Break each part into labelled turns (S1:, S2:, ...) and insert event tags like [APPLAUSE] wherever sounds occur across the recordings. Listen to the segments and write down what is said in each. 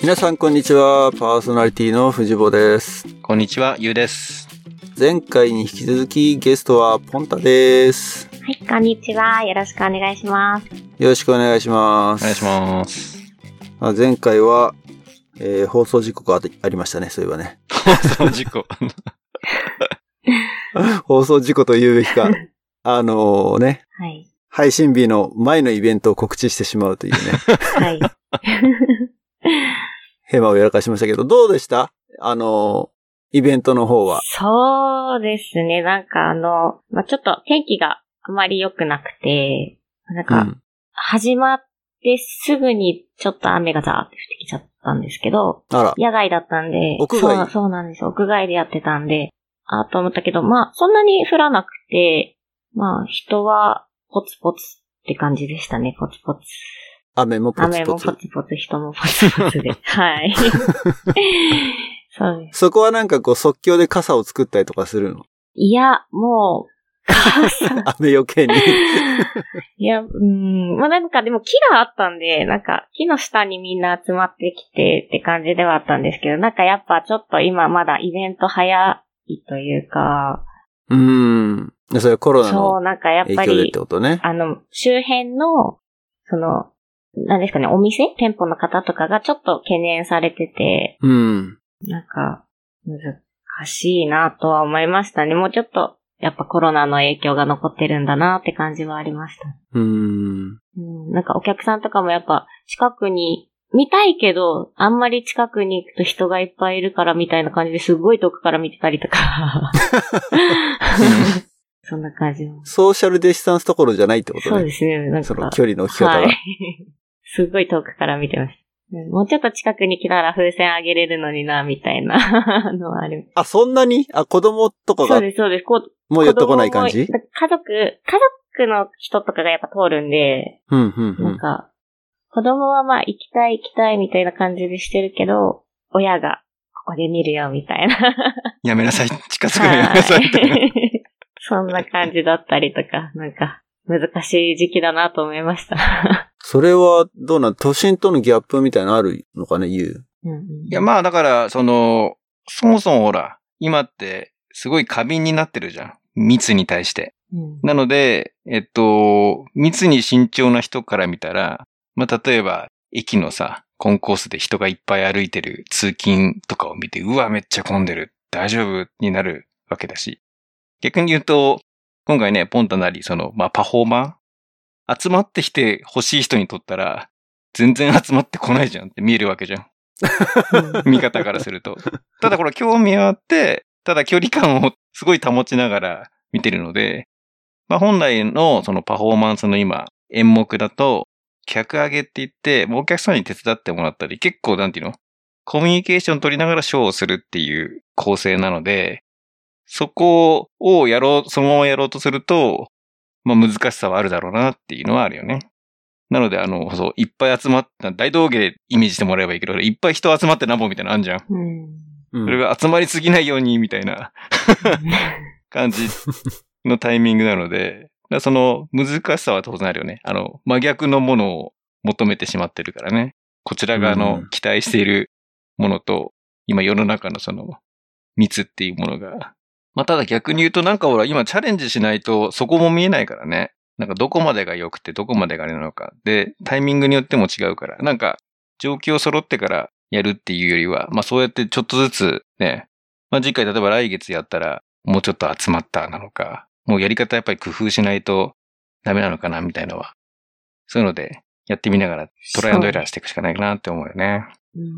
S1: 皆さんこんにちは。パーソナリティの藤坊です。
S2: こんにちは、ゆうです。
S1: 前回に引き続きゲストはポンタです。
S3: はい、こんにちは。よろしくお願いします。
S1: よろしくお願いしま
S2: お
S1: す。
S2: 願いします。
S1: あ前回は、えー放送事故がありありましたね、そういえばね。
S2: その事故。
S1: 放送事故と言うべきか。あのね、
S3: はい。
S1: 配信日の前のイベントを告知してしまうというね、 [LAUGHS]
S3: はい。
S1: ヘマをやらかしましたけど、どうでしたあのイベントの方は。
S3: そうですね。なんかあの、まあ、ちょっと天気があまり良くなくて、なん
S1: う
S3: か、
S1: ん。
S3: 始まってすぐにちょっと雨がザーって降ってきちゃったんですけど、
S1: あら。
S3: 野外だったんで、
S1: 屋外
S3: そうそうなんです。屋外でやってたんで、あーと思ったけど、まあ、そんなに降らなくて、まあ、人はポツポツって感じでしたね。ポツポツ。
S1: 雨もポツ
S3: 雨
S1: ポ
S3: も
S1: ツ
S3: ポ。ツポツ、人もポツ
S1: [LAUGHS]
S3: ポツで。はい。そうです。
S1: そこはなんかこう即興で傘を作ったりとかするの。
S3: いや、もう、傘。
S1: 雨余計に。
S3: いや、うん。まあ、なんかでも木があったんで、なんか木の下にみんな集まってきてって感じではあったんですけど、なんかやっぱちょっと今まだイベント早いというか、
S1: うーん。それはコロナ
S3: そう、
S1: の
S3: なんかやっぱ
S1: 影響でっ
S3: り
S1: て、ことね。
S3: あの、周辺の、その、なんですかね、お店店舗の方とかがちょっと懸念されてて、
S1: うん。
S3: なんか、難しいなとは思いましたね。もうちょっと、やっぱコロナの影響が残ってるんだなって感じはありました。
S1: うーん。
S3: うん、なんかお客さんとかもやっぱ近くに、見たいけど、あんまり近くに行くと人がいっぱいいるからみたいな感じですごい遠くから見てたりとか。 [LAUGHS] そんな感じも。
S1: ソーシャルディスタンスどころじゃないってことね。
S3: そうですね、なん
S1: その
S3: か。
S1: 距離の置き方が。
S3: はい。 [LAUGHS] すごい遠くから見てました。うんもうちょっと近くに来たら風船あげれるのにな、みたいなのはあり
S1: あ、そんなにあ、子供とか
S3: そ
S1: が
S3: うです、そうです。こう
S1: もう寄ってこない感じ
S3: 子供も家族、家族の人とかがやっぱ通るんで、
S1: うん、うん、う
S3: なん
S1: ん。
S3: か、子供はまあ行きたい行きたいみたいな感じでしてるけど、親がここで見るよみたいな。
S2: やめなさい。近づくのやめなさい。
S3: はい [LAUGHS] そんな感じだったりとか、なんか、難しい時期だなと思いました。
S1: それは、どうなん都心とのギャップみたいなのあるのかね、言う。
S3: うんうん
S2: いや、まあ、だから、その、そもそもほら、今って、すごい過敏になってるじゃん。密に対して。
S3: うん
S2: なので、えっと、密に慎重な人から見たら、まあ、例えば、駅のさ、コンコースで人がいっぱい歩いてる通勤とかを見て、うわ、めっちゃ混んでる。大丈夫になるわけだし。逆に言うと、今回ね、ポンタなり、その、まあ、パフォーマー集まってきて欲しい人にとったら、全然集まってこないじゃんって見えるわけじゃん。
S3: [LAUGHS]
S2: 見方からすると。ただこれ興味はあって、ただ距離感をすごい保ちながら見てるので、まあ本来のそのパフォーマンスの今、演目だと、客上げって言って、もうお客さんに手伝ってもらったり、結構なんていうのコミュニケーション取りながらショーをするっていう構成なので、そこをやろう、そのままやろうとすると、まあ難しさはあるだろうなっていうのはあるよね。なので、あの、そう、いっぱい集まった、大道芸でイメージしてもらえばいいけど、いっぱい人集まってなんぼみたいなのあんじゃん。
S3: うん
S1: うん
S2: それが集まりすぎないように、みたいな感じのタイミングなので、だからその難しさは当然あるよね。あの、真逆のものを求めてしまってるからね。こちら側
S1: う
S2: の
S1: ん
S2: 期待しているものと、今世の中のその密っていうものが。まあ、ただ逆に言うとなんかほら、今チャレンジしないとそこも見えないからね。なんかどこまでが良くてどこまでがあれなのか。で、タイミングによっても違うから。なんか、状況揃ってからやるっていうよりは、まあそうやってちょっとずつね、まあ次回例えば来月やったらもうちょっと集まったなのか、もうやり方やっぱり工夫しないとダメなのかなみたいのは。そういうので、やってみながらトライアンドエラーしていくしかないかなって思うよね。
S3: うん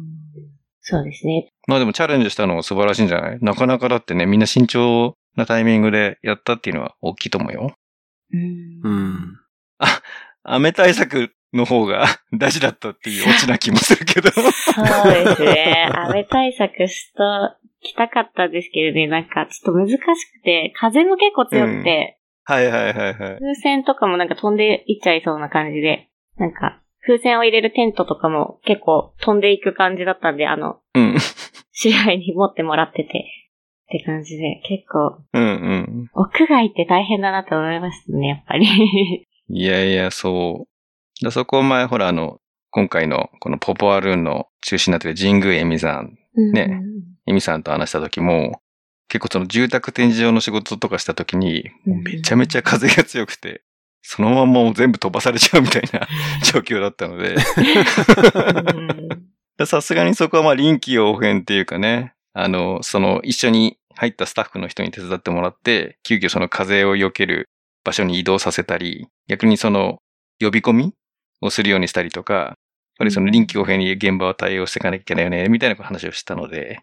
S3: そうですね。
S2: まあでもチャレンジしたのは素晴らしいんじゃないなかなかだってね、みんな慎重なタイミングでやったっていうのは大きいと思うよ。
S3: うん
S1: うん。
S2: 雨対策の方が [LAUGHS] 大事だったっていうオチな気もするけど。
S3: そうですね。雨対策しときたかったんですけどね、なんかちょっと難しくて、風も結構強くて、
S2: [LAUGHS] はいはいはいはい。
S3: 風船とかもなんか飛んでいっちゃいそうな感じで、なんか風船を入れるテントとかも結構飛んでいく感じだったんで、あの、
S2: うん。
S3: 知り合いに持ってもらってて、って感じで、結構、
S2: うんうん。
S3: 屋外って大変だなと思いましたね、やっぱり。
S2: いやいや、そう。だそこを前、ほら、あの、今回のこのポポアルーンの中心になってる神宮恵美さん、
S3: うん
S2: ね恵美さんと話した時も、結構その住宅展示場の仕事とかした時に、もうめちゃめちゃ風が強くて、そのままもう全部飛ばされちゃうみたいな [LAUGHS] 状況だったので、さすがにそこはまあ臨機応変っていうかね、あの、その一緒に入ったスタッフの人に手伝ってもらって、急遽その風を避ける場所に移動させたり、逆にその呼び込みをするようにしたりとか、やっぱりその臨機応変に現場を対応していかなきゃいけないよね、みたいな話をしたので、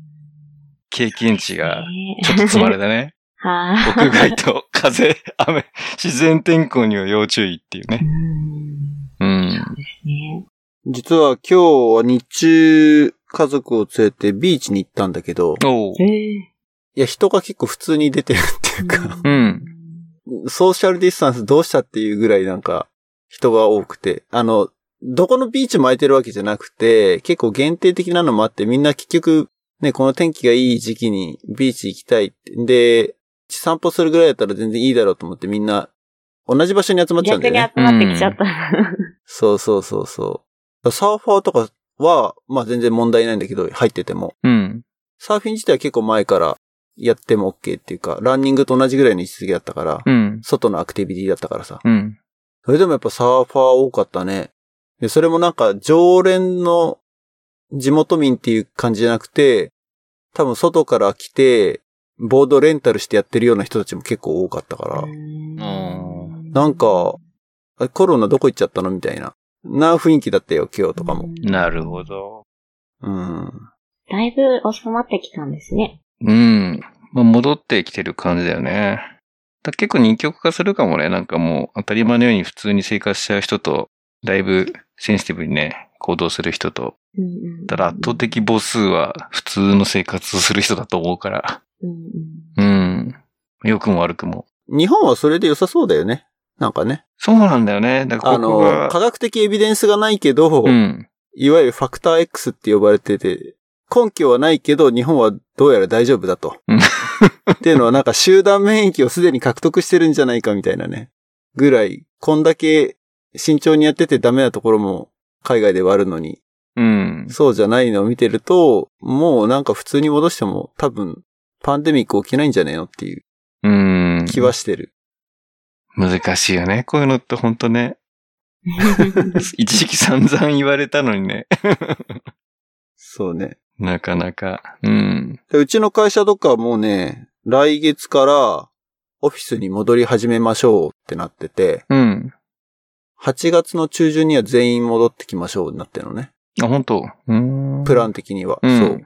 S2: [LAUGHS] 経験値がちょ [LAUGHS] っと積まれたね。
S3: はあ。
S2: 屋外と風、雨、自然天候には要注意っていうね。うん。
S3: ね
S1: 実は今日は日中、家族を連れてビーチに行ったんだけど、
S2: おう
S3: え。え
S1: いや、人が結構普通に出てるっていうか、
S2: うん。
S1: ソーシャルディスタンスどうしたっていうぐらいなんか、人が多くて、あの、どこのビーチも空いてるわけじゃなくて、結構限定的なのもあって、みんな結局、ね、この天気がいい時期にビーチ行きたいって。で、散歩するぐらいだったら全然いいだろうと思ってみんな、同じ場所に集まっちゃうんだ
S3: 逆
S1: よ
S3: に
S1: ね。
S3: 集まってきちゃった。
S1: そうそうそうそう。サーファーとかは、まあ全然問題ないんだけど、入ってても。
S2: うん。
S1: サーフィン自体は結構前からやっても OK っていうか、ランニングと同じぐらいの位置づけだったから、
S2: うん。
S1: 外のアクティビティだったからさ。
S2: うん。
S1: それでもやっぱサーファー多かったね。で、それもなんか常連の地元民っていう感じじゃなくて、多分外から来て、ボードレンタルしてやってるような人たちも結構多かったから、なんか、あれコロナどこ行っちゃったのみたいな。な雰囲気だったよ、今日とかも。
S2: なるほど。
S1: うん。
S3: だいぶ収まってきたんですね。
S2: うん。まあ、戻ってきてる感じだよね。だ結構二極化するかもね。なんかもう当たり前のように普通に生活しちゃう人と、だいぶセンシティブにね、行動する人と、
S3: うんうん
S2: ただ圧倒的母数は普通の生活をする人だと思うから。
S3: うん
S2: う
S3: うん
S2: ん。良くも悪くも。
S1: 日本はそれで良さそうだよね。なんかね。
S2: そうなんだよね。だから
S1: あ
S2: ここが
S1: の、科学的エビデンスがないけど、
S2: うん。
S1: いわゆるファクター X って呼ばれてて、根拠はないけど、日本はどうやら大丈夫だと
S2: うん。
S1: っていうのはなんか集団免疫をすでに獲得してるんじゃないかみたいなね。ぐらい、こんだけ慎重にやっててダメなところも海外ではあるのに、
S2: うん。
S1: そうじゃないのを見てると、もうなんか普通に戻しても多分パンデミック起きないんじゃねえのっていう
S2: うん。
S1: 気はしてる。
S2: 難しいよね。こういうのってほんとね。一時期散々言われたのにね。
S1: そうね。
S2: なかなか。うん。
S1: でうちの会社とかもね、来月からオフィスに戻り始めましょうってなってて、
S2: うん。
S1: 8月の中旬には全員戻ってきましょうになってるのね。
S2: あ、本当うーん。
S1: プラン的には。
S2: うん
S1: そう。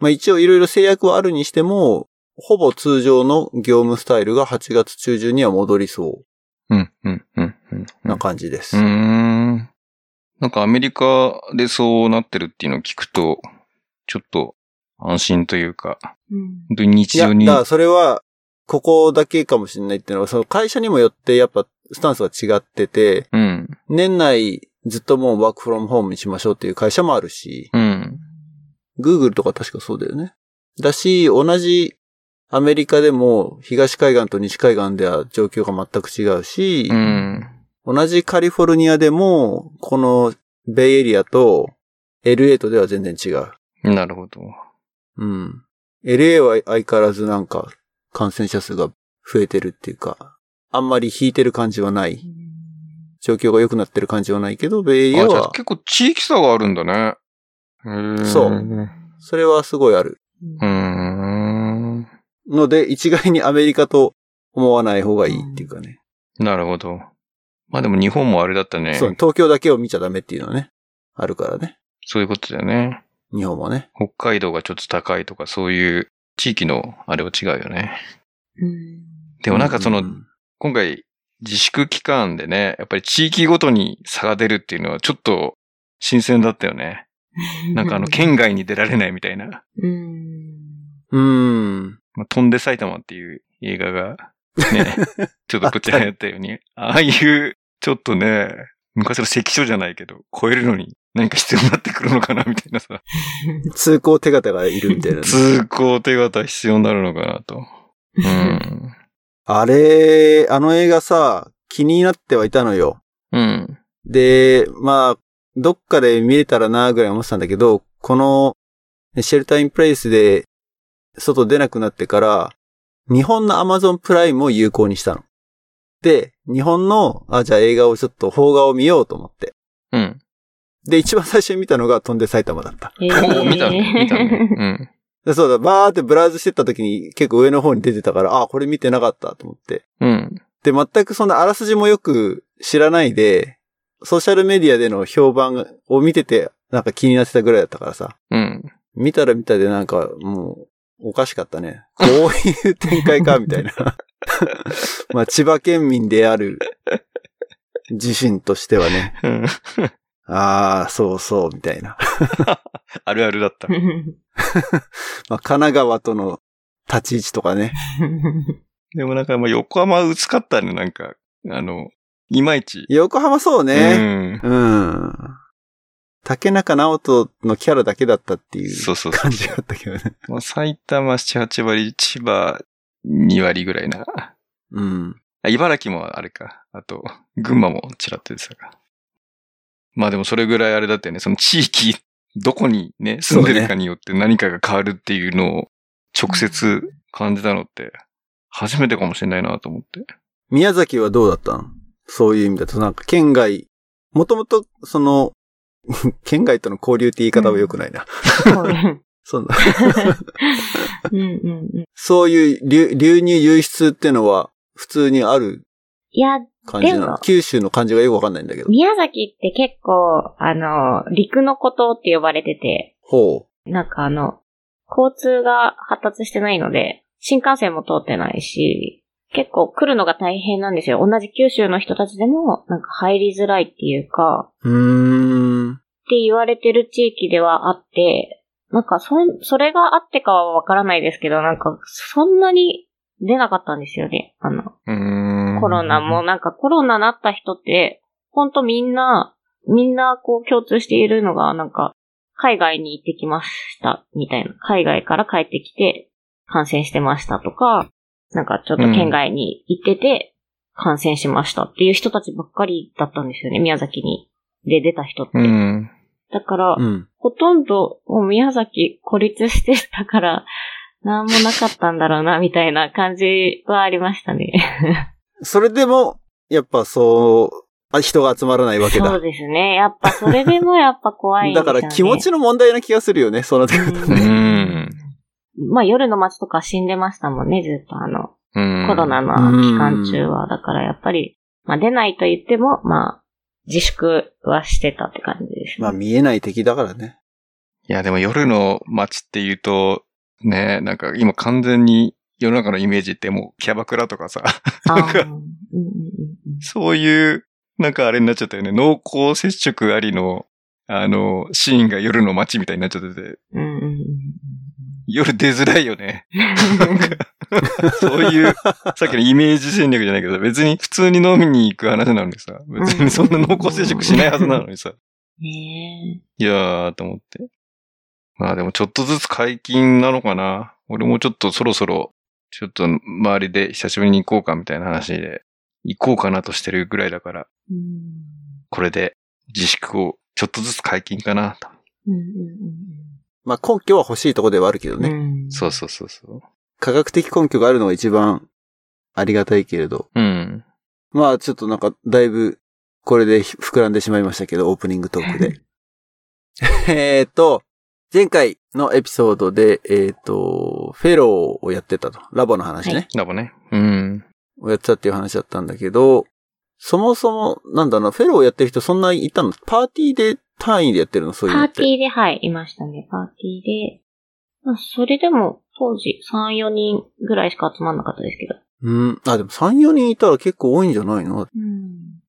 S1: まあ一応いろいろ制約はあるにしても、ほぼ通常の業務スタイルが8月中旬には戻りそ
S2: うん、うん、うん、うん。
S1: うな感じです。
S2: うーん。なんかアメリカでそうなってるっていうのを聞くと、ちょっと安心というか、
S3: うん
S2: 本当に
S1: い
S2: 日
S1: や、
S2: 常
S1: だ
S2: に。
S1: からそれは、ここだけかもしれないっていうのは、その会社にもよってやっぱスタンスが違ってて、
S2: うん、
S1: 年内ずっともうワークフロムホームにしましょうっていう会社もあるし、
S2: うん、
S1: Google とか確かそうだよね。だし、同じアメリカでも東海岸と西海岸では状況が全く違うし、
S2: うん、
S1: 同じカリフォルニアでも、このベイエリアと LA とでは全然違う。
S2: なるほど。
S1: うん。LA は相変わらずなんか感染者数が増えてるっていうか、あんまり引いてる感じはない。状況が良くなってる感じはないけど、ベイエリア
S2: あ、じゃあ
S1: は、
S2: 結構地域差があるんだね。へー
S1: そう
S2: う
S1: それはすごいある。
S2: ーん。
S1: ので、一概にアメリカと思わない方がいいっていうかね。
S2: なるほど。まあでも日本もあれだったね。
S1: そう、東京だけを見ちゃダメっていうのはね、あるからね。
S2: そういうことだよね。
S1: 日本もね。
S2: 北海道がちょっと高いとか、そういう地域のあれは違うよね。
S3: うん
S2: でもなんかそうの、今回自粛期間でね、やっぱり地域ごとに差が出るっていうのはちょっと新鮮だったよね。なんかあの、県外に出られないみたい [LAUGHS] な。
S3: うん
S1: うん。
S2: まあ、飛んで埼玉っていう映画が、 [LAUGHS] ね、ちょっとこっちらやったように、ああいう、ちょっとね、昔の関所じゃないけど、超えるのに何か必要になってくるのかなみたいなさ、
S1: 通行手形がいるみたいな、ね。
S2: 通行手形必要になるのかなと。うん。
S1: あれ、あの映画さ、気になってはいたのよ。
S2: うん。
S1: で、まあ、どっかで見れたらなぐらい思ってたんだけど、このシェルターインプレイスで外出なくなってから、日本の Amazon プライムを有効にしたの。で、日本の、あ、じゃあ映画をちょっと邦画を見ようと思って。
S2: うん。
S1: で、一番最初に見たのが飛んで埼玉だった。
S3: え
S2: おお、見たね。見たね。
S3: ー
S2: うん。
S1: でそうだ、バーってブラウズしてった時に結構上の方に出てたから、あ、これ見てなかったと思って。
S2: うん。
S1: で、全くそのあらすじもよく知らないで、ソーシャルメディアでの評判を見てて、なんか気になってたぐらいだったからさ。
S2: うん。
S1: 見たら見たでなんか、もう、おかしかったね。こういう展開か、みたいな。まあ、千葉県民である、自身としてはね、
S2: うん
S1: ああ、そうそう、みたいな。
S2: あるあるだった。
S1: まあ、神奈川との立ち位置とかね。
S2: でもなんか、まあ、横浜は薄かったね、なんか。あの、いまいち。
S1: 横浜そうね。
S2: ね。
S1: うん。竹中直人のキャラだけだったっていう
S2: そうそうそ
S1: 感
S2: う
S1: じだったけどね。
S2: まあ、埼玉7、8割、千葉2割ぐらいな。
S1: うん。
S2: あ茨城もあれか。あと、群馬もちらっと出てたか。まあでもそれぐらいあれだったよね。その地域、どこにね、住んでるかによって何かが変わるっていうのを直接感じたのって、初めてかもしれないなと思って。
S1: 宮崎はどうだったのそういう意味だと、なんか県外、もともと、その、 [LAUGHS] 県外との交流って言い方は良くないな。
S3: そうね
S1: そんな [LAUGHS]
S3: うんうんうん
S1: そういう流流入流出っていうのは普通にある
S3: いや、
S1: 感じな
S3: で
S1: の
S3: も
S1: 九州の感じがよくわかんないんだけど。
S3: 宮崎って結構、あの、陸の孤島って呼ばれてて、
S1: ほ
S3: なんかあの、交通が発達してないので、新幹線も通ってないし、結構来るのが大変なんですよ。同じ九州の人たちでも、なんか入りづらいっていうか、
S1: う。うーん。
S3: って言われてる地域ではあって、なんかそん、それがあってかはわからないですけど、なんか、そんなに出なかったんですよね。あの、
S2: うーん
S3: コロナも、。なんかコロナなった人って、ほんとみんな、みんなこう共通しているのが、なんか、海外に行ってきました、みたいな。海外から帰ってきて、感染してましたとか、なんかちょっと県外に行ってて、感染しましたっていう人たちばっかりだったんですよね、宮崎に。で、出た人って。
S2: うん。
S3: だから、
S1: うん。
S3: ほとんど、もう宮崎孤立してたから、なんもなかったんだろうな、みたいな感じはありましたね。
S1: それでも、やっぱそう、あ人が集まらないわけ
S3: そう
S1: だ。
S3: ですね。やっぱそれでもやっぱ怖
S1: [LAUGHS]
S3: い、
S1: だから気持ちの問題な気がするよね、そうなってくると。
S2: う
S3: うん
S2: ん。
S3: まあ夜の街とか死んでましたもんね、ずっとあの、
S2: うん
S3: コロナの期間中は。だからやっぱり、まあ出ないと言っても、まあ、自粛はしてたって感じですね。
S1: まあ見えない敵だからね。
S2: いや、でも夜の街って言うと、ね、なんか今完全に世の中のイメージってもうキャバクラとかさ、
S3: あ
S2: なんか [LAUGHS]
S3: ーうんうんうん
S2: そういう、なんかあれになっちゃったよね。濃厚接触ありの、あの、シーンが夜の街みたいになっちゃってて、
S3: うんうんうん
S2: 夜出づらいよね。 [LAUGHS]
S3: うん
S2: そういう、さっきのイメージ戦略じゃないけど、別に普通に飲みに行く話なのにさ、別にそんな濃厚接触しないはずなのにさ、
S3: ね
S2: いやー、と思って。まあでもちょっとずつ解禁なのかな。俺もちょっとそろそろ、ちょっと周りで久しぶりに行こうかみたいな話で、行こうかなとしてるぐらいだから、
S3: えうん
S2: これで自粛をちょっとずつ解禁かなと。
S3: うんうん
S1: まあ根拠は欲しいとこではあるけど
S3: うんう
S1: ね。
S3: ん
S2: そうそうそうそ
S1: 科学的根拠があるのが一番ありがたいけれど。
S2: う。うん。
S1: まあちょっとなんかだいぶこれで膨らんでしまいましたけど、オープニングトーク
S3: [LAUGHS]
S1: で。えっと、前回のエピソードで、えっ、と、フェローをやってたと。ラボの話ね。
S3: はい
S2: ラボね。うん。
S1: をやってたっていう話だったんだけど、そもそも、なんだろうな、フェローをやってる人そんなにいたのパーティーで単位でやってるのそういう
S3: パ
S1: の
S3: ー
S1: っ
S3: テ
S1: て。
S3: ィーで、はい、いましたね。パーティーで。まあ、それでも、当時、3、4人ぐらいしか集まんなかったですけど。
S1: うん。あ、でも3、4人いたら結構多いんじゃないの
S3: うん。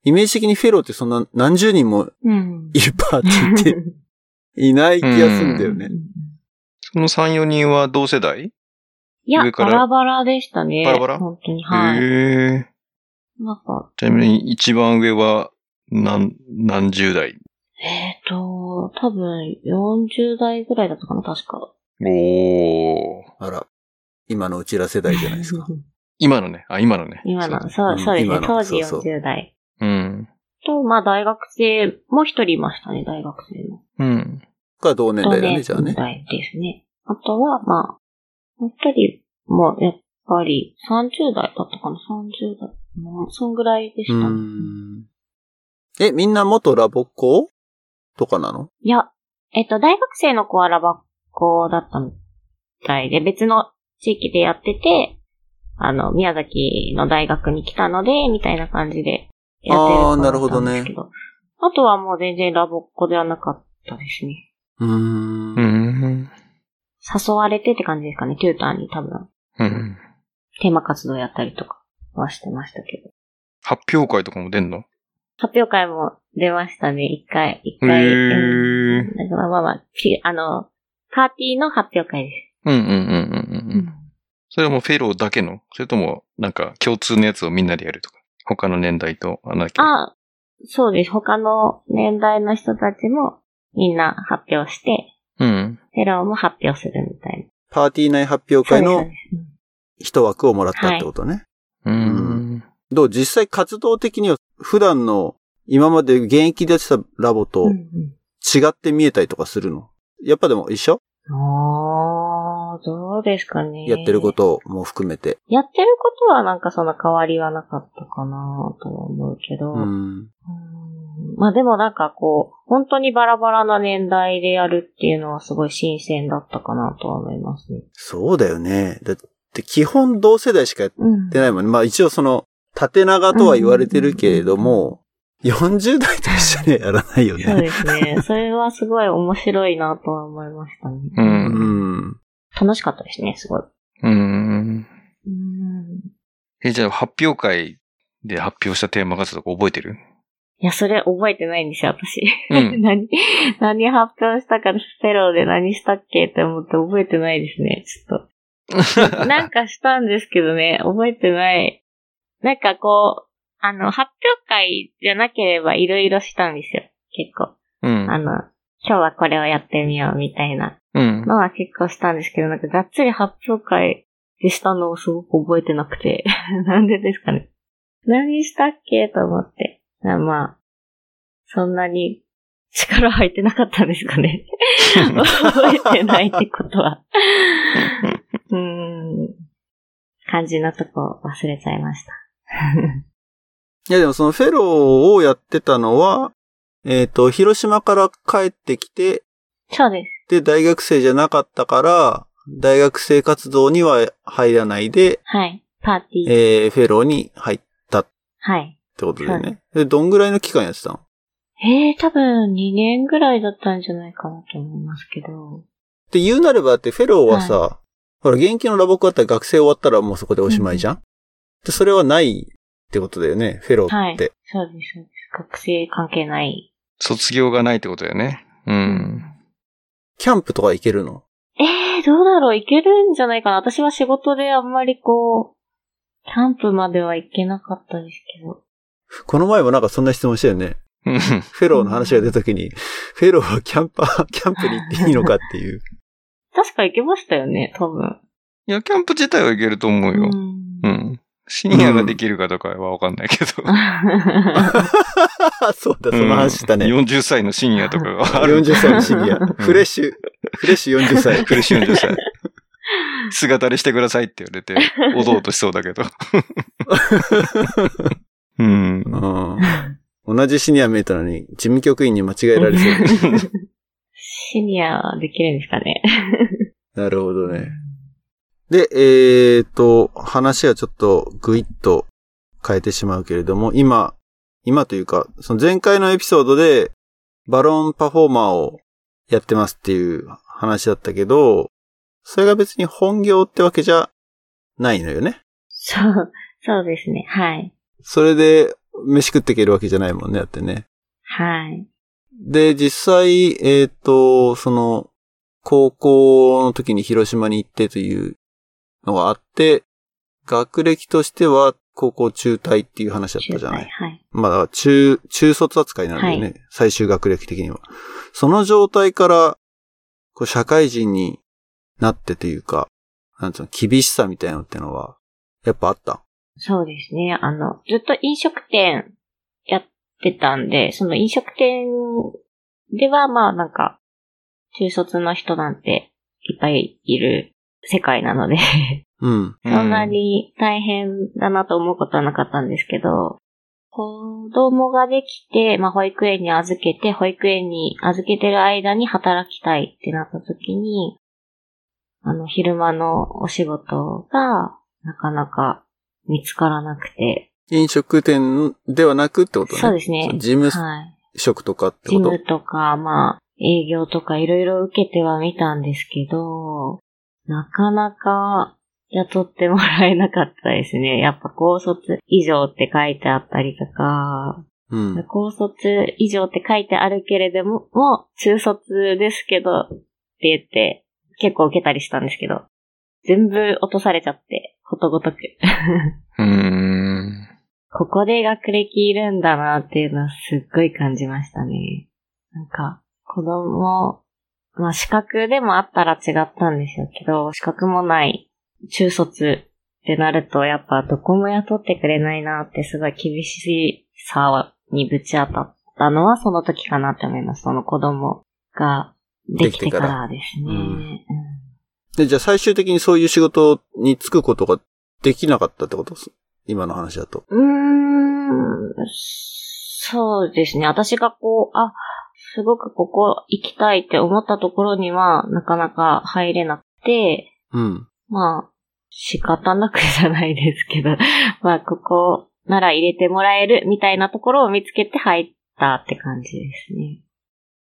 S1: イメージ的にフェローってそんな何十人も
S3: うん。
S1: いるパーティー
S3: [LAUGHS]
S1: っていない気がするんだよね。
S2: その3、4人は同世代
S3: いや、
S2: 上か
S3: バ
S2: ら
S3: ラバラでしたね。
S2: バラバラ
S3: 本当に、
S2: へ
S3: はい。
S2: え。
S3: なんか、
S2: ちなみに一番上は何、何十代
S3: えっ、ー、と、多分、40代ぐらいだったかな、確か。
S2: おー。
S1: あら、今のうちら世代じゃないですか。
S2: 今のね。あ、今のね。
S3: [LAUGHS] 今の、
S2: う
S3: そう、そうです
S1: 今
S3: ね。
S1: の
S3: 当時
S1: そうそう
S3: 40代。
S2: うん。
S3: と、まあ大学生、もう一人いましたね、大学生の。
S2: うん。
S1: が同年代だね、じゃあね
S3: 同。年代ですね。あとは、まあ、もう一人もやっぱり30代だったかな、30代。うんそんぐらいでし
S1: う
S3: たね、
S1: ん。え、みんな元ラボっ子とかなの
S3: いや、えっと、大学生の子はラバ校だったみたいで、別の地域でやってて、あの、宮崎の大学に来たので、みたいな感じでやってる
S1: あー
S3: 子だったんです
S1: な
S3: け
S1: る
S3: ど。あとはもう全然ラボっ子ではなかったですね。
S1: うーん
S2: う。ん。
S3: 誘われてって感じですかね、テューターに多分、
S2: うん。
S3: テーマ活動やったりとかはしてましたけど。
S2: 発表会とかも出んの
S3: 発表会も出ましたね、一回、一
S2: へ
S3: 回。うん
S2: ー。
S3: だからまあまあ、きあの、パーティーの発表会で
S2: うんうんうんうんう
S3: す。
S2: ん。それはもうフェローだけのそれとも、なんか共通のやつをみんなでやるとか。他の年代と、あなんだっけ
S3: あ、そうです。他の年代の人たちもみんな発表して、
S2: うん。
S3: フェローも発表するみたい
S1: パーティー内発表
S3: な。
S1: 会
S3: そう
S1: の
S3: ですそうです
S1: 一枠をもらったってことね。
S2: う
S1: うん
S2: ん。
S1: どう実際活動的には普段の今まで現役でやってたラボ
S3: う
S1: と
S3: んうん
S1: 違って見えたりとかするのやっぱでも一緒
S3: あー、どうですかね。
S1: やってるこ。とも含めて。
S3: やってることはなんかそんな変わりはなかったかなとは思うけど。
S1: うん。
S3: うんまあでもなんかこう、本当にバラバラな年代でやるっていうのはすごい新鮮だったかなとは思いますね。
S1: そうだよね。だって基本同世代しかやっ
S3: うん
S1: てないもんね。まあ一応その縦長とは言われてるけれども、40代と一緒にはやらないよ
S3: そう
S1: ね。
S3: ですね。それはすごい面白いなとは思いましたね。
S2: うん
S1: うん。
S3: 楽しかったですね、すごい。
S2: うん。
S3: うん。
S2: え、じゃあ発表会で発表したテーマ活動とか覚えてる
S3: いや、それ覚えてないんですよ、私。 [LAUGHS]
S2: うん。
S3: 何、何発表したか、フェローで何したっけって思って覚えてないですね、ちょっ [LAUGHS] と。なんかしたんですけどね、覚えてない。なんかこう、あの、発表会じゃなければいろいろしたんですよ、結構。
S2: うん
S3: あ。の、今日はこれをやってみようみたいな。
S2: うん。
S3: のは結構したんですけど、なんかがっつり発表会でしたのをすごく覚えてなくて、 [LAUGHS] なんでですかね。何したっけと思って。あまあ、そんなに力入ってなかったんですか
S2: [LAUGHS]
S3: ね。覚えてないってことは。うーん。肝心なとこ忘れちゃい
S2: [LAUGHS]
S3: ました。
S1: いやでもそのフェローをやってたのは、えっ、と、広島から帰ってきて、
S3: そうです。
S1: で、大学生じゃなかったから、大学生活動には入らないで、
S3: はい。パーティー。
S1: えー、フェローに入ったって
S3: はい。
S1: ことだよね。
S3: は
S1: で、どんぐらいの期間やってたの
S3: えー、多分2年ぐらいだったんじゃないかなと思いますけど。
S1: で、言うなればだって、フェローはさ、ほら、現役のラボコだったら学生終わったらもうそこでおしまいじゃん、で、それはないってことだよね、フェローって。
S3: そうです、そうです。学生関係ない
S2: 卒業がないってことだよね。うん。
S1: キャンプとか行けるの
S3: ええどうだろういけるんじゃないかな私は仕事であんまりこう、キャンプまでは行けなかったですけど。
S1: この前もなんかそんな質問したよね。
S2: うん
S1: フェローの話が出た時に、フェローはキャンパー、 [LAUGHS] キャンプに行っていいのかっていう。 [LAUGHS]
S3: 確か行けましたよね、多分。
S2: いや、キャンプ自体はいけると思う
S3: う
S2: よ。
S3: ん
S2: うん。シニアができるかとかはわかんないけど。
S3: [LAUGHS]
S1: そうだ、その話したね。
S2: うん40歳のシニアとかがある。
S1: 40歳のシニア。フレッシュ、フレッシュ40歳。
S2: [LAUGHS] フレッシュ40歳。姿にしてくださいって言われて、おどおとしそうだけど。う
S1: う
S2: ん。
S1: ん。同じシニア名たのに、事務局員に間違えられそう。
S3: シニアはできるんですかね。
S1: なるほどね。で、えーと、話はちょっとぐいっと変えてしまうけれども、今、今というか、その前回のエピソードで、バロンパフォーマーをやってますっていう話だったけど、それが別に本業ってわけじゃないのよね。
S3: そう、そうですね。はい。
S1: それで、飯食っていけるわけじゃないもんね、だってね。
S3: はい。
S1: で、実際、えっ、と、その、高校の時に広島に行ってというのがあって、学歴としては高校中退っていう話だったじゃない。
S3: はい。
S1: まあだから中、中卒扱いなんだよね。
S3: は
S1: 最終学歴的には。その状態から、こう社会人になってというか、なんつうの、厳しさみたいなのってのは、やっぱあった。
S3: そうですね。あの、ずっと飲食店やっってたんで、その飲食店ではまあなんか、中卒の人なんていっぱいいる世界なので、
S1: うん。
S3: そんなに大変だなと思うことはなかったんですけど、子供ができて、まあ保育園に預けて、保育園に預けてる間に働きたいってなった時に、あの、昼間のお仕事がなかなか見つからなくて、
S1: 飲食店ではなくってことね。
S3: そうですね
S1: 事務
S3: はい。
S1: 職とかって
S3: ジ
S1: こと
S3: ムとか、まあ、営業とかいろいろ受けてはみたんですけど、なかなか雇ってもらえなかったですね。 [LAUGHS] やっぱ高卒以上って書いてあったりとか、
S1: うん。
S3: 高卒以上って書いてあるけれども、もう中卒ですけどって言って結構受けたりしたんですけど、全部落とされちゃって、ことごとく。 [LAUGHS]
S2: うーん。
S3: ここで学歴いるんだなっていうのはすっごい感じましたね。なんか、子供、まあ資格でもあったら違ったんでしょうけど、資格もない中卒ってなるとやっぱどこも雇ってくれないなってすごい厳しさにぶち当たったのはその時かなって思います。その子供ができてからですね。
S1: できてから
S3: うん
S1: で、じゃあ最終的にそういう仕事に就くことができなかったってことです今の話だと。
S3: うーん、そうですね。私がこう、あ、すごくここ行きたいって思ったところには、なかなか入れなくて、
S1: うん。
S3: まあ、仕方なくじゃないですけど、 [LAUGHS] まあ、ここなら入れてもらえるみたいなところを見つけて入ったって感じですね。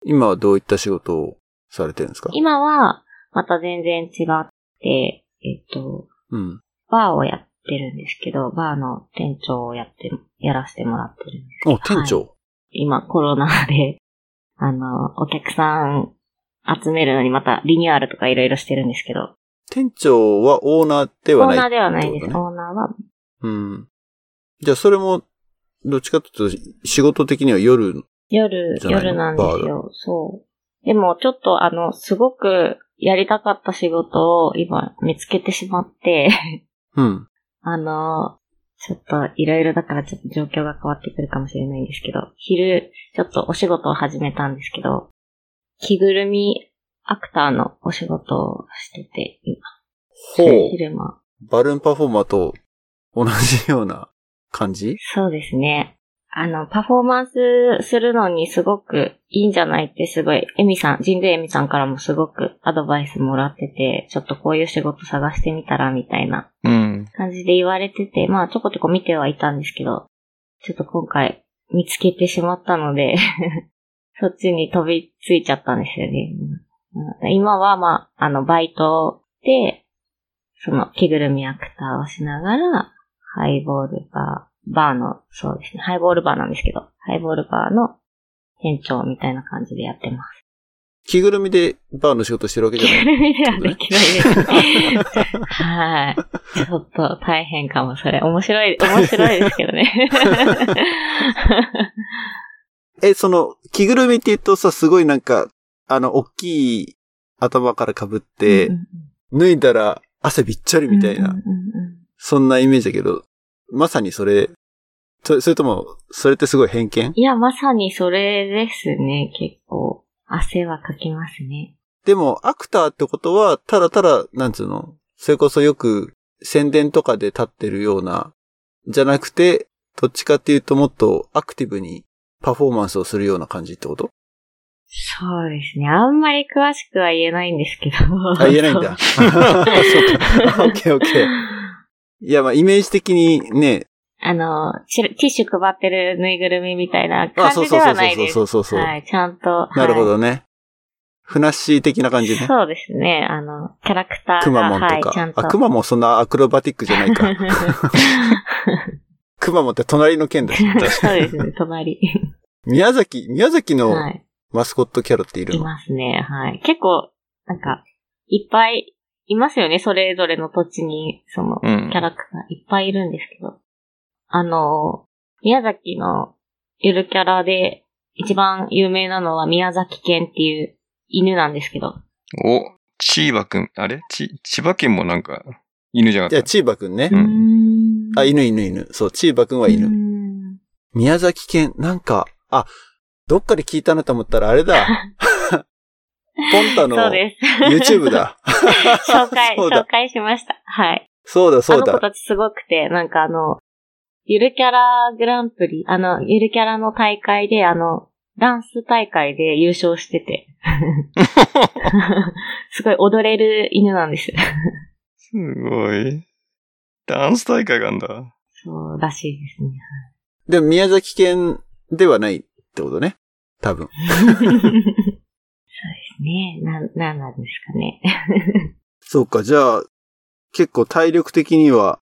S1: 今はどういった仕事をされてるんですか
S3: 今は、また全然違って、えっと、
S1: うん。
S3: バーをやってるんですけど、バーの店長をやって、やらせてもらってるんですけど
S1: お、店長。
S3: 今コロナで、 [LAUGHS] あの、お客さん集めるのにまたリニューアルとかいろいろしてるんですけど、
S1: 店長はオーナーで
S3: オ
S1: は
S3: ー
S1: ない。
S3: ナーではないです。
S1: ってこと
S3: オーナーは、
S1: うん。じゃあそれも、どっちかというと、仕事的には夜、
S3: 夜、
S1: じゃないの
S3: 夜なんですよ。そう。でもちょっとあの、すごくやりたかった仕事を今見つけてしまって、 [LAUGHS]
S1: うん。
S3: あの、ちょっといろいろだからちょっと状況が変わってくるかもしれないんですけど、昼、ちょっとお仕事を始めたんですけど、着ぐるみアクターのお仕事をしてて、今
S1: ほう。
S3: 昼間。
S1: バルーンパフォーマーと同じような感じ
S3: そうですね。あの、パフォーマンスするのにすごくいいんじゃないってすごい、エミさん、神宮エミさんからもすごくアドバイスもらってて、ちょっとこういう仕事探してみたらみたいな
S2: うん。
S3: 感じで言われてて、まあちょこちょこ見てはいたんですけど、ちょっと今回見つけてしまったので、 [LAUGHS] そっちに飛びついちゃったんですよね。うん今はまあ、あの、バイトで、その着ぐるみアクターをしながら、ハイボールバー、バーの、そうですね、ハイボールバーなんですけど、ハイボールバーの店長みたいな感じでやってます。
S1: 着ぐるみでバーの仕事してるわけじ
S3: 着
S1: ゃない
S3: ぐ。るみではできないです。はい。ちょっと大変かも、それ。面白い、面白いですけ
S1: [LAUGHS]
S3: どね。
S1: え、その、着ぐるみって言うとさ、すごいなんか、あの、大きい頭から被って、
S3: うんうん
S1: 脱いだら汗びっちゃり
S3: うん、
S1: みたいな、
S3: うんうんうん
S1: そんなイメージだけど、まさにそれ、そそれとも、それってすごい偏見
S3: いや、まさにそれですね、結構。汗はかきますね。
S1: でも、アクターってことは、ただただ、なんつうの、それこそよく宣伝とかで立ってるような、じゃなくて、どっちかっていうともっとアクティブにパフォーマンスをするような感じってこと
S3: そうですね。あんまり詳しくは言えないんですけど。
S1: あ、言え
S3: [LAUGHS]
S1: ないんだ。そう [LAUGHS] か。オッケーオッケー。いや、まあ、イメージ的にね、
S3: あの、チルティッシュ配ってるぬいぐるみみたいな
S1: あ、
S3: 感
S1: そう
S3: じ
S1: そ
S3: で
S1: うそ
S3: は
S1: う
S3: ないです。
S1: そうそうそうそう。
S3: はい、ちゃんと。
S1: なるほ
S3: はい
S1: どね。ふなっしー的な感じね。
S3: そうですね。あの、キャラクター
S1: くま
S3: が、
S1: モンと
S3: はい、ちゃ
S1: か
S3: ん。と。
S1: あ、くまモンそんなアクロバティックじゃないか。くまモンって隣の県だ
S3: [LAUGHS]
S1: し。
S3: [LAUGHS] そうですね、隣。
S1: 宮崎、宮崎の
S3: はい。
S1: マスコットキャラっている
S3: い
S1: の、
S3: ますね、はい。結構、なんか、いっぱいいますよね、それぞれの土地に、その、
S2: うん
S3: キャラクターいっぱいいるんですけど。あの、宮崎のゆるキャラで、一番有名なのは宮崎犬っていう犬なんですけど。
S2: お、千葉くん、あれち、千葉県もなんか、犬じゃないか
S1: や、
S2: った。
S1: チーバくんね
S2: う。ん
S1: あ、犬犬犬。そう、チーバくんは犬。
S3: 犬。
S1: 宮崎県、なんか、あ、どっかで聞いたなと思ったらあれだ。
S3: [LAUGHS]
S1: ポンタの
S3: そうです。
S1: YouTube だ。
S3: [LAUGHS] 紹
S1: [LAUGHS]
S3: 介、
S1: そうだ
S3: 紹介しました。はい。
S1: そうだ、
S3: あ
S1: そう
S3: の子
S1: だ。
S3: たちすごくて、なんかあの、ゆるキャラグランプリ、あの、ゆるキャラの大会で、あの、ダンス大会で優勝し
S1: [LAUGHS]
S3: てて。すごい踊れる犬なんです。
S2: すごい。ダンス大会があんだ。
S3: そうらしいですね。
S1: でも宮崎県ではないってことね。多分。
S3: そうですね。なん、なんなんですかね。
S1: そうか、じゃあ、結構体力的には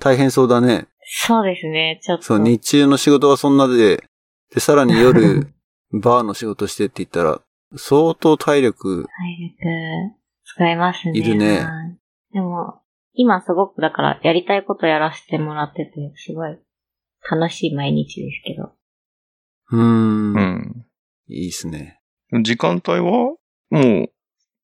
S1: 大変そうだね。
S3: そうですね。ちょっと。
S1: そう、日中の仕事はそんなで、で、さらに [LAUGHS] 夜、バーの仕事してって言ったら、相当体力、
S3: 体力、使いますね。
S1: いるね
S3: はいでも、今すごくだから、やりたいことやらせてもらってて、すごい、楽しい毎日ですけど。
S1: うーん、
S2: うん。
S1: いいっすね。
S2: 時間帯はもう、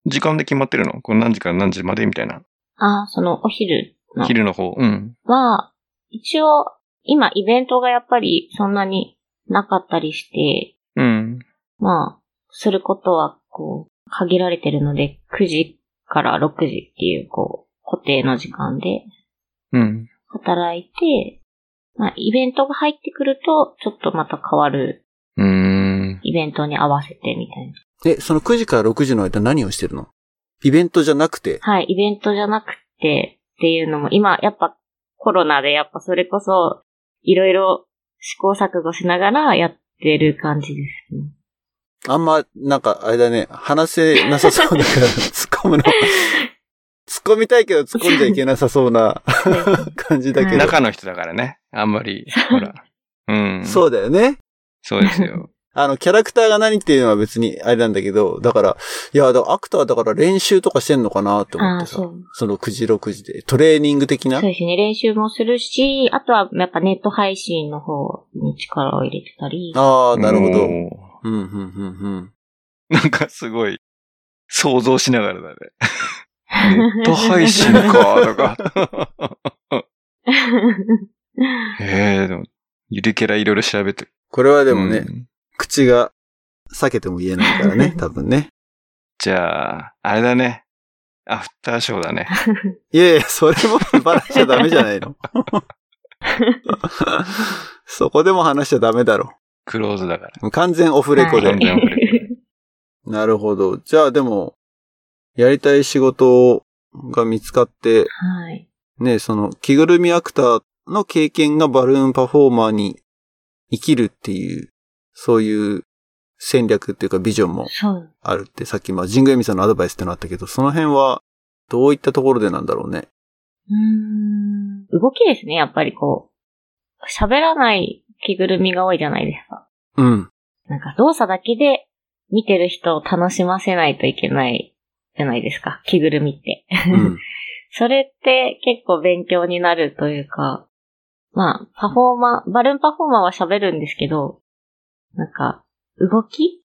S2: 時間で決まってるのこれ何時から何時までみたいな。
S3: ああ、その、お昼の
S2: 昼の方。うん。
S3: は、一応、今、イベントがやっぱり、そんなになかったりして、
S2: うん。
S3: まあ、することは、こう、限られてるので、9時から6時っていう、こう、固定の時間で
S2: うん。
S3: 働いて、まあ、イベントが入ってくると、ちょっとまた変わる
S2: うーん。
S3: イベントに合わせてみたいな。
S1: え、その9時から6時の間何をしてるのイベントじゃなくて、
S3: はい、イベントじゃなくてっていうのも、今、やっぱコロナでやっぱそれこそ、いろいろ試行錯誤しながらやってる感じですね。
S1: あんま、なんか、あれだね、話せなさ [LAUGHS] そうだから、突っ込むの。突っ込みたいけど突っ込んじゃいけなさそう [LAUGHS] な感じだけど。
S2: 中の人だからね。あんまり、ほら。うん。
S1: そうだよね。
S2: そうです [LAUGHS] よ。
S1: あの、キャラクターが何っていうのは別にあれなんだけど、だから、いや、だからアクターだから練習とかしてんのかなって思っ
S3: あ
S1: て
S3: あ、
S1: さ。
S3: そう。
S1: その9時6時で、トレーニング的な
S3: そうですね。練習もするし、あとはやっぱネット配信の方に力を入れてたり。
S1: ああ、なるほど。うん、
S2: ど。
S1: うん、うん、
S2: なんかすごい、想像しながら
S3: [LAUGHS]
S2: だね。ネット配信か、とか。ええでも、ゆるキャラいろいろ調べてる。
S1: これはでもね、
S2: うん
S1: 口が避けても言えないから
S3: [LAUGHS]
S1: ね、多分ね。
S2: じゃあ、あれだね。アフターショーだね。
S1: いやいや、それもバラしちゃダメじゃない
S3: [LAUGHS]
S1: の。そこでも話しちゃダメだろ。
S2: クローズだから。
S1: もう完全オフレコで。
S2: はい全然遅れて
S1: なるほど。じゃあでも、やりたい仕事が見つかって、
S3: はい。
S1: ね、その、着ぐるみアクターの経験がバルーンパフォーマーに生きるっていう、そういう戦略っていうかビジョンも
S3: そう。
S1: あるって、さっき、まあ、神宮恵美さんのアドバイスってのあったけど、その辺は、どういったところでなんだろうね。
S3: うーん。動きですね、やっぱりこう。喋らない着ぐるみが多いじゃないですか。
S1: うん。
S3: なんか動作だけで見てる人を楽しませないといけないじゃないですか。着ぐるみって。
S1: うん。
S3: [LAUGHS] それって結構勉強になるというか、まあ、パフォーマー、バルーンパフォーマーは喋るんですけど、なんか、動き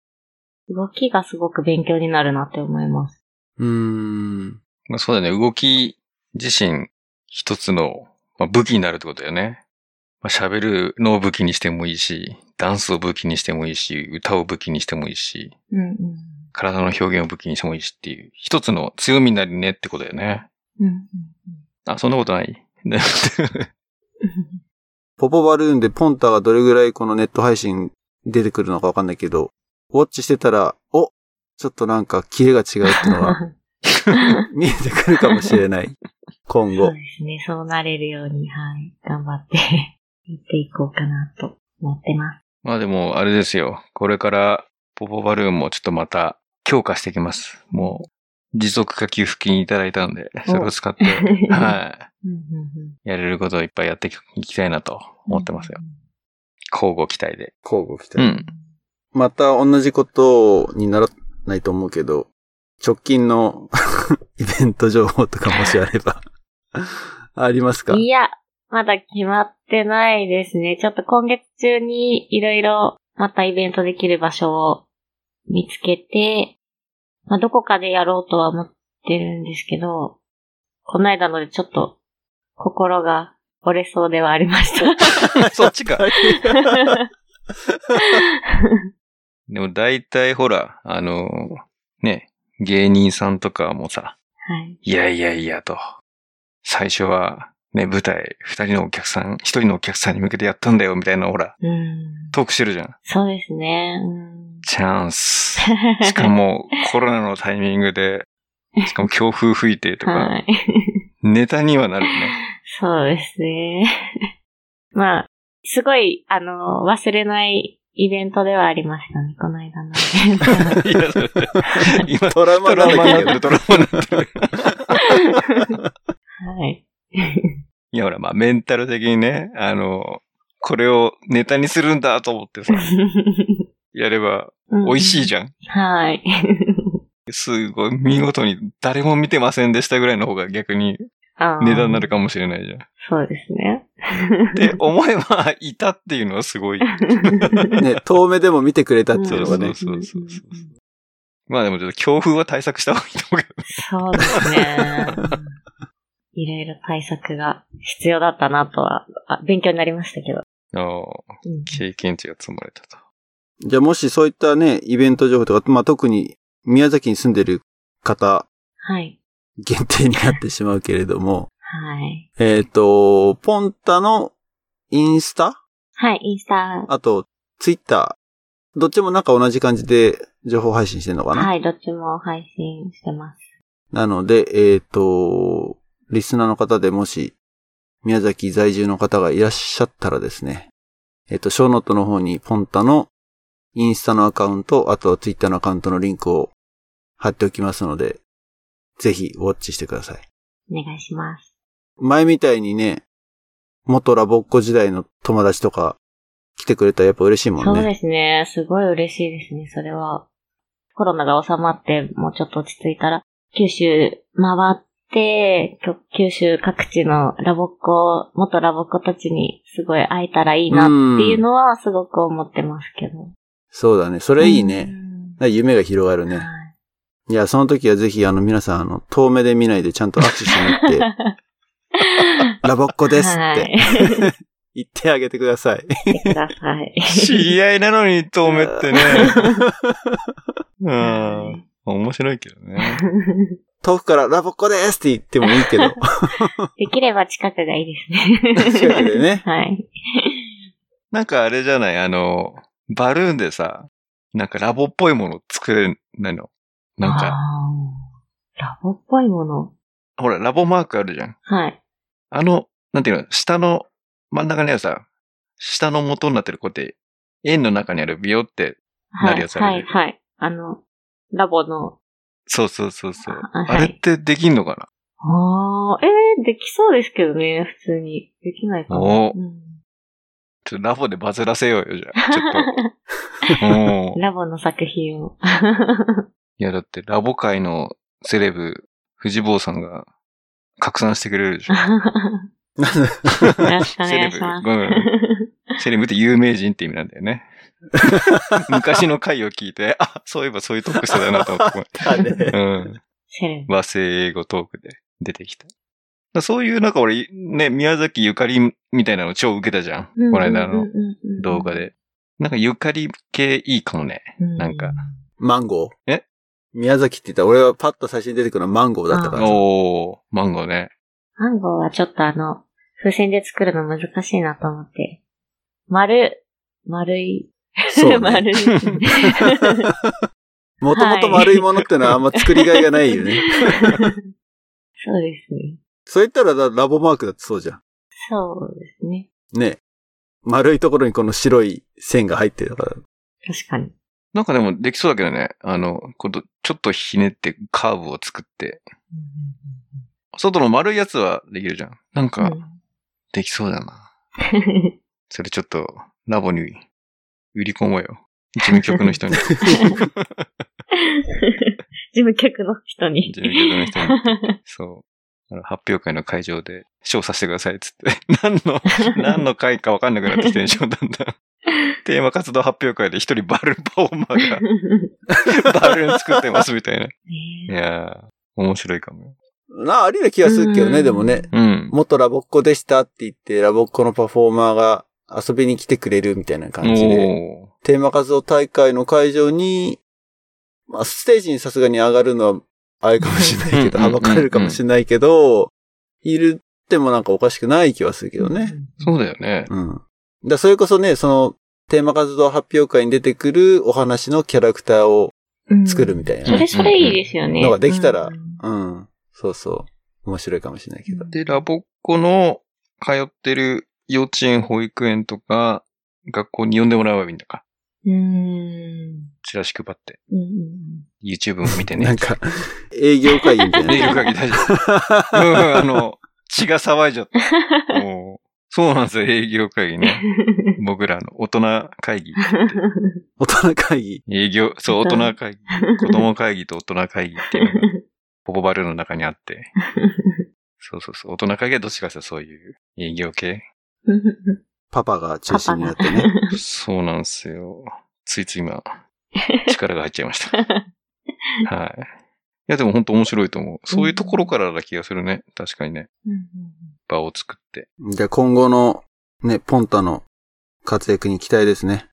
S3: 動きがすごく勉強になるなって思います。
S1: うーん。
S2: まあ、そうだね。動き自身、一つの、まあ、武器になるってことだよね。まあ、喋るのを武器にしてもいいし、ダンスを武器にしてもいいし、歌を武器にしてもいいし、
S3: うん
S2: 体の表現を武器にしてもいいしっていう、一つの強みになるねってことだよね。
S3: うん。うん
S2: あ、そんなことない [LAUGHS]
S1: ポポバルーンでポンタがどれぐらいこのネット配信出てくるのかわかんないけど、ウォッチしてたら、おちょっとなんかキレが違うっての [LAUGHS] が見えてくるかもしれない。今
S3: そう
S1: 後。
S3: ですね。そうなれるように、はい。頑張って、 [LAUGHS] やっていこうかなと思ってます。
S2: まあでも、あれですよ。これから、ポポバルーンもちょっとまた強化していきます。もう、持続化給付金いただいたんで、
S3: お
S2: それを使 [LAUGHS] って、は
S3: うんうんうん
S2: い。やれることをいっぱいやっていきたいなと思ってますよ。。交互期待で。
S1: 交互期
S2: う
S1: 待。
S2: ん。
S1: また同じことにならないと思うけど、直近の [LAUGHS] イベント情報とかもしあれば、 [LAUGHS] ありますか
S3: いや、まだ決まってないですね。ちょっと今月中にいろいろまたイベントできる場所を見つけて、まあ、どこかでやろうとは思ってるんですけど、この間のでちょっと心が折れそうではありま
S2: [LAUGHS]
S3: した。
S2: そっちか。でも大体ほら、あの、ね、芸人さんとかもさ、
S3: はい。
S2: いやいやいやと。最初は、ね、舞台、二人のお客さん、一人のお客さんに向けてやったんだよ、みたいな、ほら、
S3: うん。
S2: トークしてるじゃん。
S3: そうですね。うん、
S2: チャンス。しかも、コロナのタイミングで、しかも強風吹いてと
S3: は
S2: か、
S3: い。
S2: ネタにはなるね。
S3: [LAUGHS] そうですね。 [LAUGHS] まあ、すごい、あの、忘れないイベントではありましたね、この間の [LAUGHS] イ
S2: い
S3: ベント。
S2: や、それ今、
S1: トラウマ
S2: ト
S1: な
S2: ラ
S1: ん
S2: ウマにな
S1: だ
S2: って
S1: けど。
S2: る、トラウマになってる。
S3: はい。
S2: いや、ほら、まあ、メンタル的にね、あの、これをネタにするんだと思ってさ、やれば、 [LAUGHS] 美味しい
S3: じ
S2: じゃん。
S3: ゃん。はい。 [LAUGHS]
S2: すごい、見事に、誰も見てませんでしたぐらいの方が逆に
S3: あー
S2: 値段になるかもしれないじゃん。
S3: そうで
S2: [LAUGHS]
S3: すね。
S2: って思えば、いたっていうのはすごい。
S1: ね、遠目でも見てくれたっていうのが
S2: う
S1: ね
S2: ん。そうそうそうまあでもちょっと強風は対策した方がいいと思うけど。
S3: そうですね。 [LAUGHS] いろいろ対策が必要だったなとは、あ勉強になりましたけど。
S2: ああ、
S3: うん
S2: 経験値が積まれたと。
S1: じゃあもしそういったね、イベント情報とか、まあ特に宮崎に住んでる方
S3: はい。
S1: 限定になってしまうけれども、 [LAUGHS]
S3: はい。
S1: えっ、と、ポンタのインスタ
S3: はい、インスタ。
S1: あと、ツイッター。どっちもなんか同じ感じで情報配信してるのかな、
S3: はい、どっちも配信してます。
S1: なので、えっ、と、リスナーの方でもし、宮崎在住の方がいらっしゃったらですね、えっ、と、ショーノートの方にポンタのインスタのアカウント、あとツイッターのアカウントのリンクを貼っておきますので、ぜひウォッチしてください。
S3: お願いします。
S1: 前みたいにね、元ラボっ子時代の友達とか来てくれたらやっぱ嬉しいもんね。
S3: そうですね。すごい嬉しいですね、それは。コロナが収まって、もうちょっと落ち着いたら、九州回って、きょ九州各地のラボっ子、元ラボっ子たちにすごい会えたらいいなっていうのはすごく思ってますけど。
S1: そうだね。そ
S3: こ
S1: れいいね。。夢が広がるね。
S3: はい
S1: いや、その時はぜひ、あの、皆さん、あの、遠目で見ないでちゃんと握手しても
S3: [LAUGHS]
S1: らって、ラボっ子ですっ
S3: は
S1: て
S3: い。
S1: [LAUGHS] 言ってあげてください。
S3: してください。
S2: 知り合いなのに、遠目って
S3: [LAUGHS]
S2: ね。うん。面白いけどね。
S1: 遠くからラボっ子ですって言ってもいい
S3: [LAUGHS]
S1: けど、
S3: できれば近くがいいですね。
S1: 近くでね
S3: はい。
S2: なんかあれじゃないあの、バルーンでさ、なんかラボっぽいもの作れないのなんか、
S3: あーラボっぽいもの。
S2: ほら、ラボマークあるじゃん。
S3: はい。
S2: あの、なんていうの、下の、真ん中にあるさ、下の元になってる、こうやって、円の中にあるビヨって、
S3: は
S2: なる
S3: い、
S2: やつある
S3: は
S2: ね
S3: い、はい。あの、ラボの。
S2: そうそうそうそう。
S3: あはい
S2: あれってできんのか
S3: ああ、ええできそうですけどね、普通に。できないか
S2: な
S3: な。
S2: おお
S3: う、ん
S2: ちょっとラボでバズらせようよ、じゃあ。ちょっ
S3: [LAUGHS]
S2: と。おー
S3: ラボの作
S2: [LAUGHS]
S3: 品を。
S2: いや、だってラボ界のセレブ、藤坊さんが拡散してくれるで [LAUGHS] しょ。
S3: よろしくお
S2: セ
S3: 願
S2: レブ
S3: いしま、す。
S2: ごめんごめん。セレブって有名人って意味なんだよ [LAUGHS] ね。昔の回を聞いて、あ、そういえばそういうトークしてたなと思って。
S1: あね
S2: うん。
S3: [LAUGHS] セレブ。
S2: 和製英語トークで出てきた。だからそういう、なんか俺、ね、宮崎ゆかりみたいなの超受けたじゃん。この間の動画で。なんかゆかり系いいかもね。
S3: うん、
S2: なんか
S1: マンゴー。
S2: え
S1: 宮崎って言ったら、俺はパッと最初に出てくるのはマンゴーだったからさ。
S2: おー、マンゴーね。
S3: マンゴーはちょっとあの、風船で作るの難しいなと思って。丸、丸い。
S1: そうね
S2: [LAUGHS]
S3: [LAUGHS] 丸い。
S1: もともと丸いものってのはあんま作りがいがないよね。
S3: そうですね。
S1: そう言ったらだ、ラボマークだってそうじゃ
S3: そうですね。
S1: ん。ね。丸いところにこの白い線が入ってる
S3: [LAUGHS]
S1: から。
S3: 確かに。
S2: なんかでもできそうだけどね。あの、こと、ちょっとひねってカーブを作って。外の丸いやつはできるじゃん。なん
S3: う
S2: か、
S3: ん
S2: できそうだな。
S3: [LAUGHS]
S2: それちょっと、ラボに売り込もうよ。事務局の人に。事
S3: 事務局の人に。
S2: 務局の人に。そう。あの発表会の会場で、賞させてくださいっつって。 [LAUGHS] 何の、何の会か分かんなくなってきてるでしょ、だんだん。テーマ活動発表会で一人バルーンパフォーマ
S3: [LAUGHS]
S2: ーが、バルーン作ってますみたいな。い
S3: ねえ
S2: やー、面白いかもよ。
S1: な、ありな気がするけど
S3: う
S1: ね、
S3: ん
S1: でもね。
S2: うん。
S1: 元ラボっ子でしたって言って、ラボっ子のパフォーマーが遊びに来てくれるみたいな感じで。
S2: お
S1: テーマ活動大会の会場に、まあ、ステージにさすがに上がるのは、あれかもしれないけど、
S2: うんうんうんう
S1: 省
S2: ん
S1: かれるかもしれないけど、いるってもなんかおかしくない気はするけどね。。
S2: ーそうだよね。
S1: うん。だからそれこそね、その、テーマ活動発表会に出てくるお話のキャラクターを作るみたい
S3: そ
S1: な
S3: れ、それいいですよね。
S1: のができたら
S3: うん、
S1: うん、そうそう。面白いかもしれないけど。
S2: で、ラボっ子の通ってる幼稚園、保育園とか、学校に呼んでもらえばいいんだか。
S3: うん。うん
S2: チラシ配って。
S3: うんうん。
S2: YouTube も見てね。
S1: なんか、営業会議みたいな。
S2: ね、よかげ大丈夫。
S1: [LAUGHS]
S2: うんうん、あの、血が騒いじゃった。もうそうなんですよ、営業会議ね。僕らの大人会議。
S1: 大人会議。
S2: 営業、そう、大人会議。子供会議と大人会議っていうのが、ポポバルの中にあって。そうそうそう。大人会議はどっちかというとそういう営業系。
S1: パパが中心になってね。
S2: そうなんですよ。ついつい今、力が入っちゃいました。はい。いや、でも本当面白いと思う。そういうところからな気がするね。確かにね。場を作って。
S1: じゃあ今後のね、ポンタの活躍に期待ですね。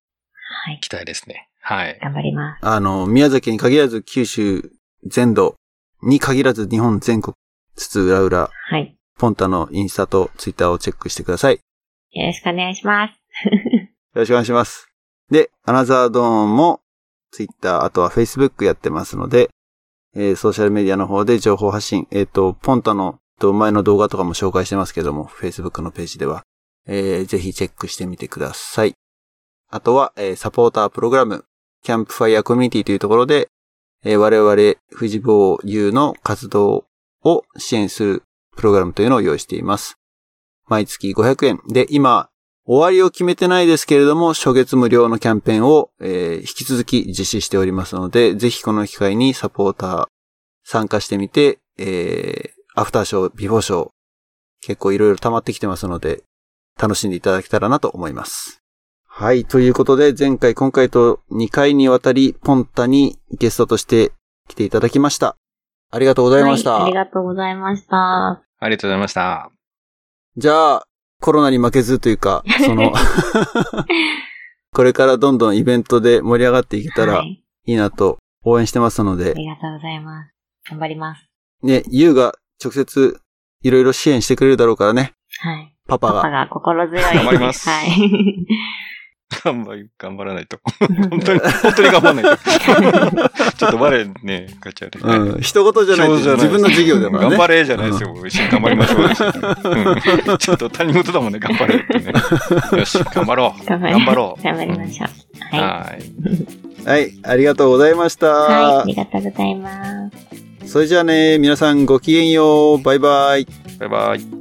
S3: はい。
S2: 期待ですね。はい。
S3: 頑張ります。
S1: あの、宮崎に限らず九州全土に限らず日本全国、つつ裏裏、
S3: はい。
S1: ポンタのインスタとツイッターをチェックしてください。よ
S3: よろしくお願いします。
S1: ろしくお願いします。で、アナザードーンもツイッター、あとはフェイスブックやってますので、えーソーシャルメディアの方で情報発信、えっ、と、ポンタのえっと前の動画とかも紹介してますけども、Facebook のページでは、えーぜひチェックしてみてください。あとは、えーサポータープログラム、キャンプファイヤーコミュニティというところで、えー我々、富士坊優の活動を支援するプログラムというのを用意しています。毎月500円。で、今、終わりを決めてないですけれども、初月無料のキャンペーンを、えー引き続き実施しておりますので、ぜひこの機会にサポーター参加してみて、えー、アフターショー、ビフォーショー、結構いろいろ溜まってきてますので、楽しんでいただけたらなと思います。はい。ということで、前回、今回と2回にわたり、ポンタにゲストとして来ていただきました。ありがとうございました。
S3: はい。ありがとうございました。
S2: ありがとうございました。
S1: じゃあ、コロナに負けずという
S3: [LAUGHS]
S1: か、その、これからどんどんイベントで盛り上がっていけたら
S3: はいい。
S1: いなと応援してますので
S3: あ、りがとうございます。頑張ります。
S1: ね、ユウが直接いろいろ支援してくれるだろうからね、
S3: はい。
S1: パパ
S3: パパ
S1: が。
S3: が心強い。
S2: 頑張ります
S3: はい。
S2: 頑張り、頑張らないと。本当に、本当に頑張らないと。ちょっと我ね、ガチャで。
S1: うん、人事じゃない
S2: そうじゃない
S1: 自分の授業だからね。
S2: 頑張れじゃないですよ。一緒に頑張りましょう。うんちょっと他人事だもんね、頑張れってね。よし、頑張ろう。
S3: 頑張り
S2: 頑張ろう。
S3: 頑張りましょう。
S2: うん
S3: は
S2: はい。
S1: はい、ありがとうございました。
S3: い。はい。ありがとうございます。
S1: それじゃあね、皆さんごきげんよう。バイバイ。
S2: バイバイ。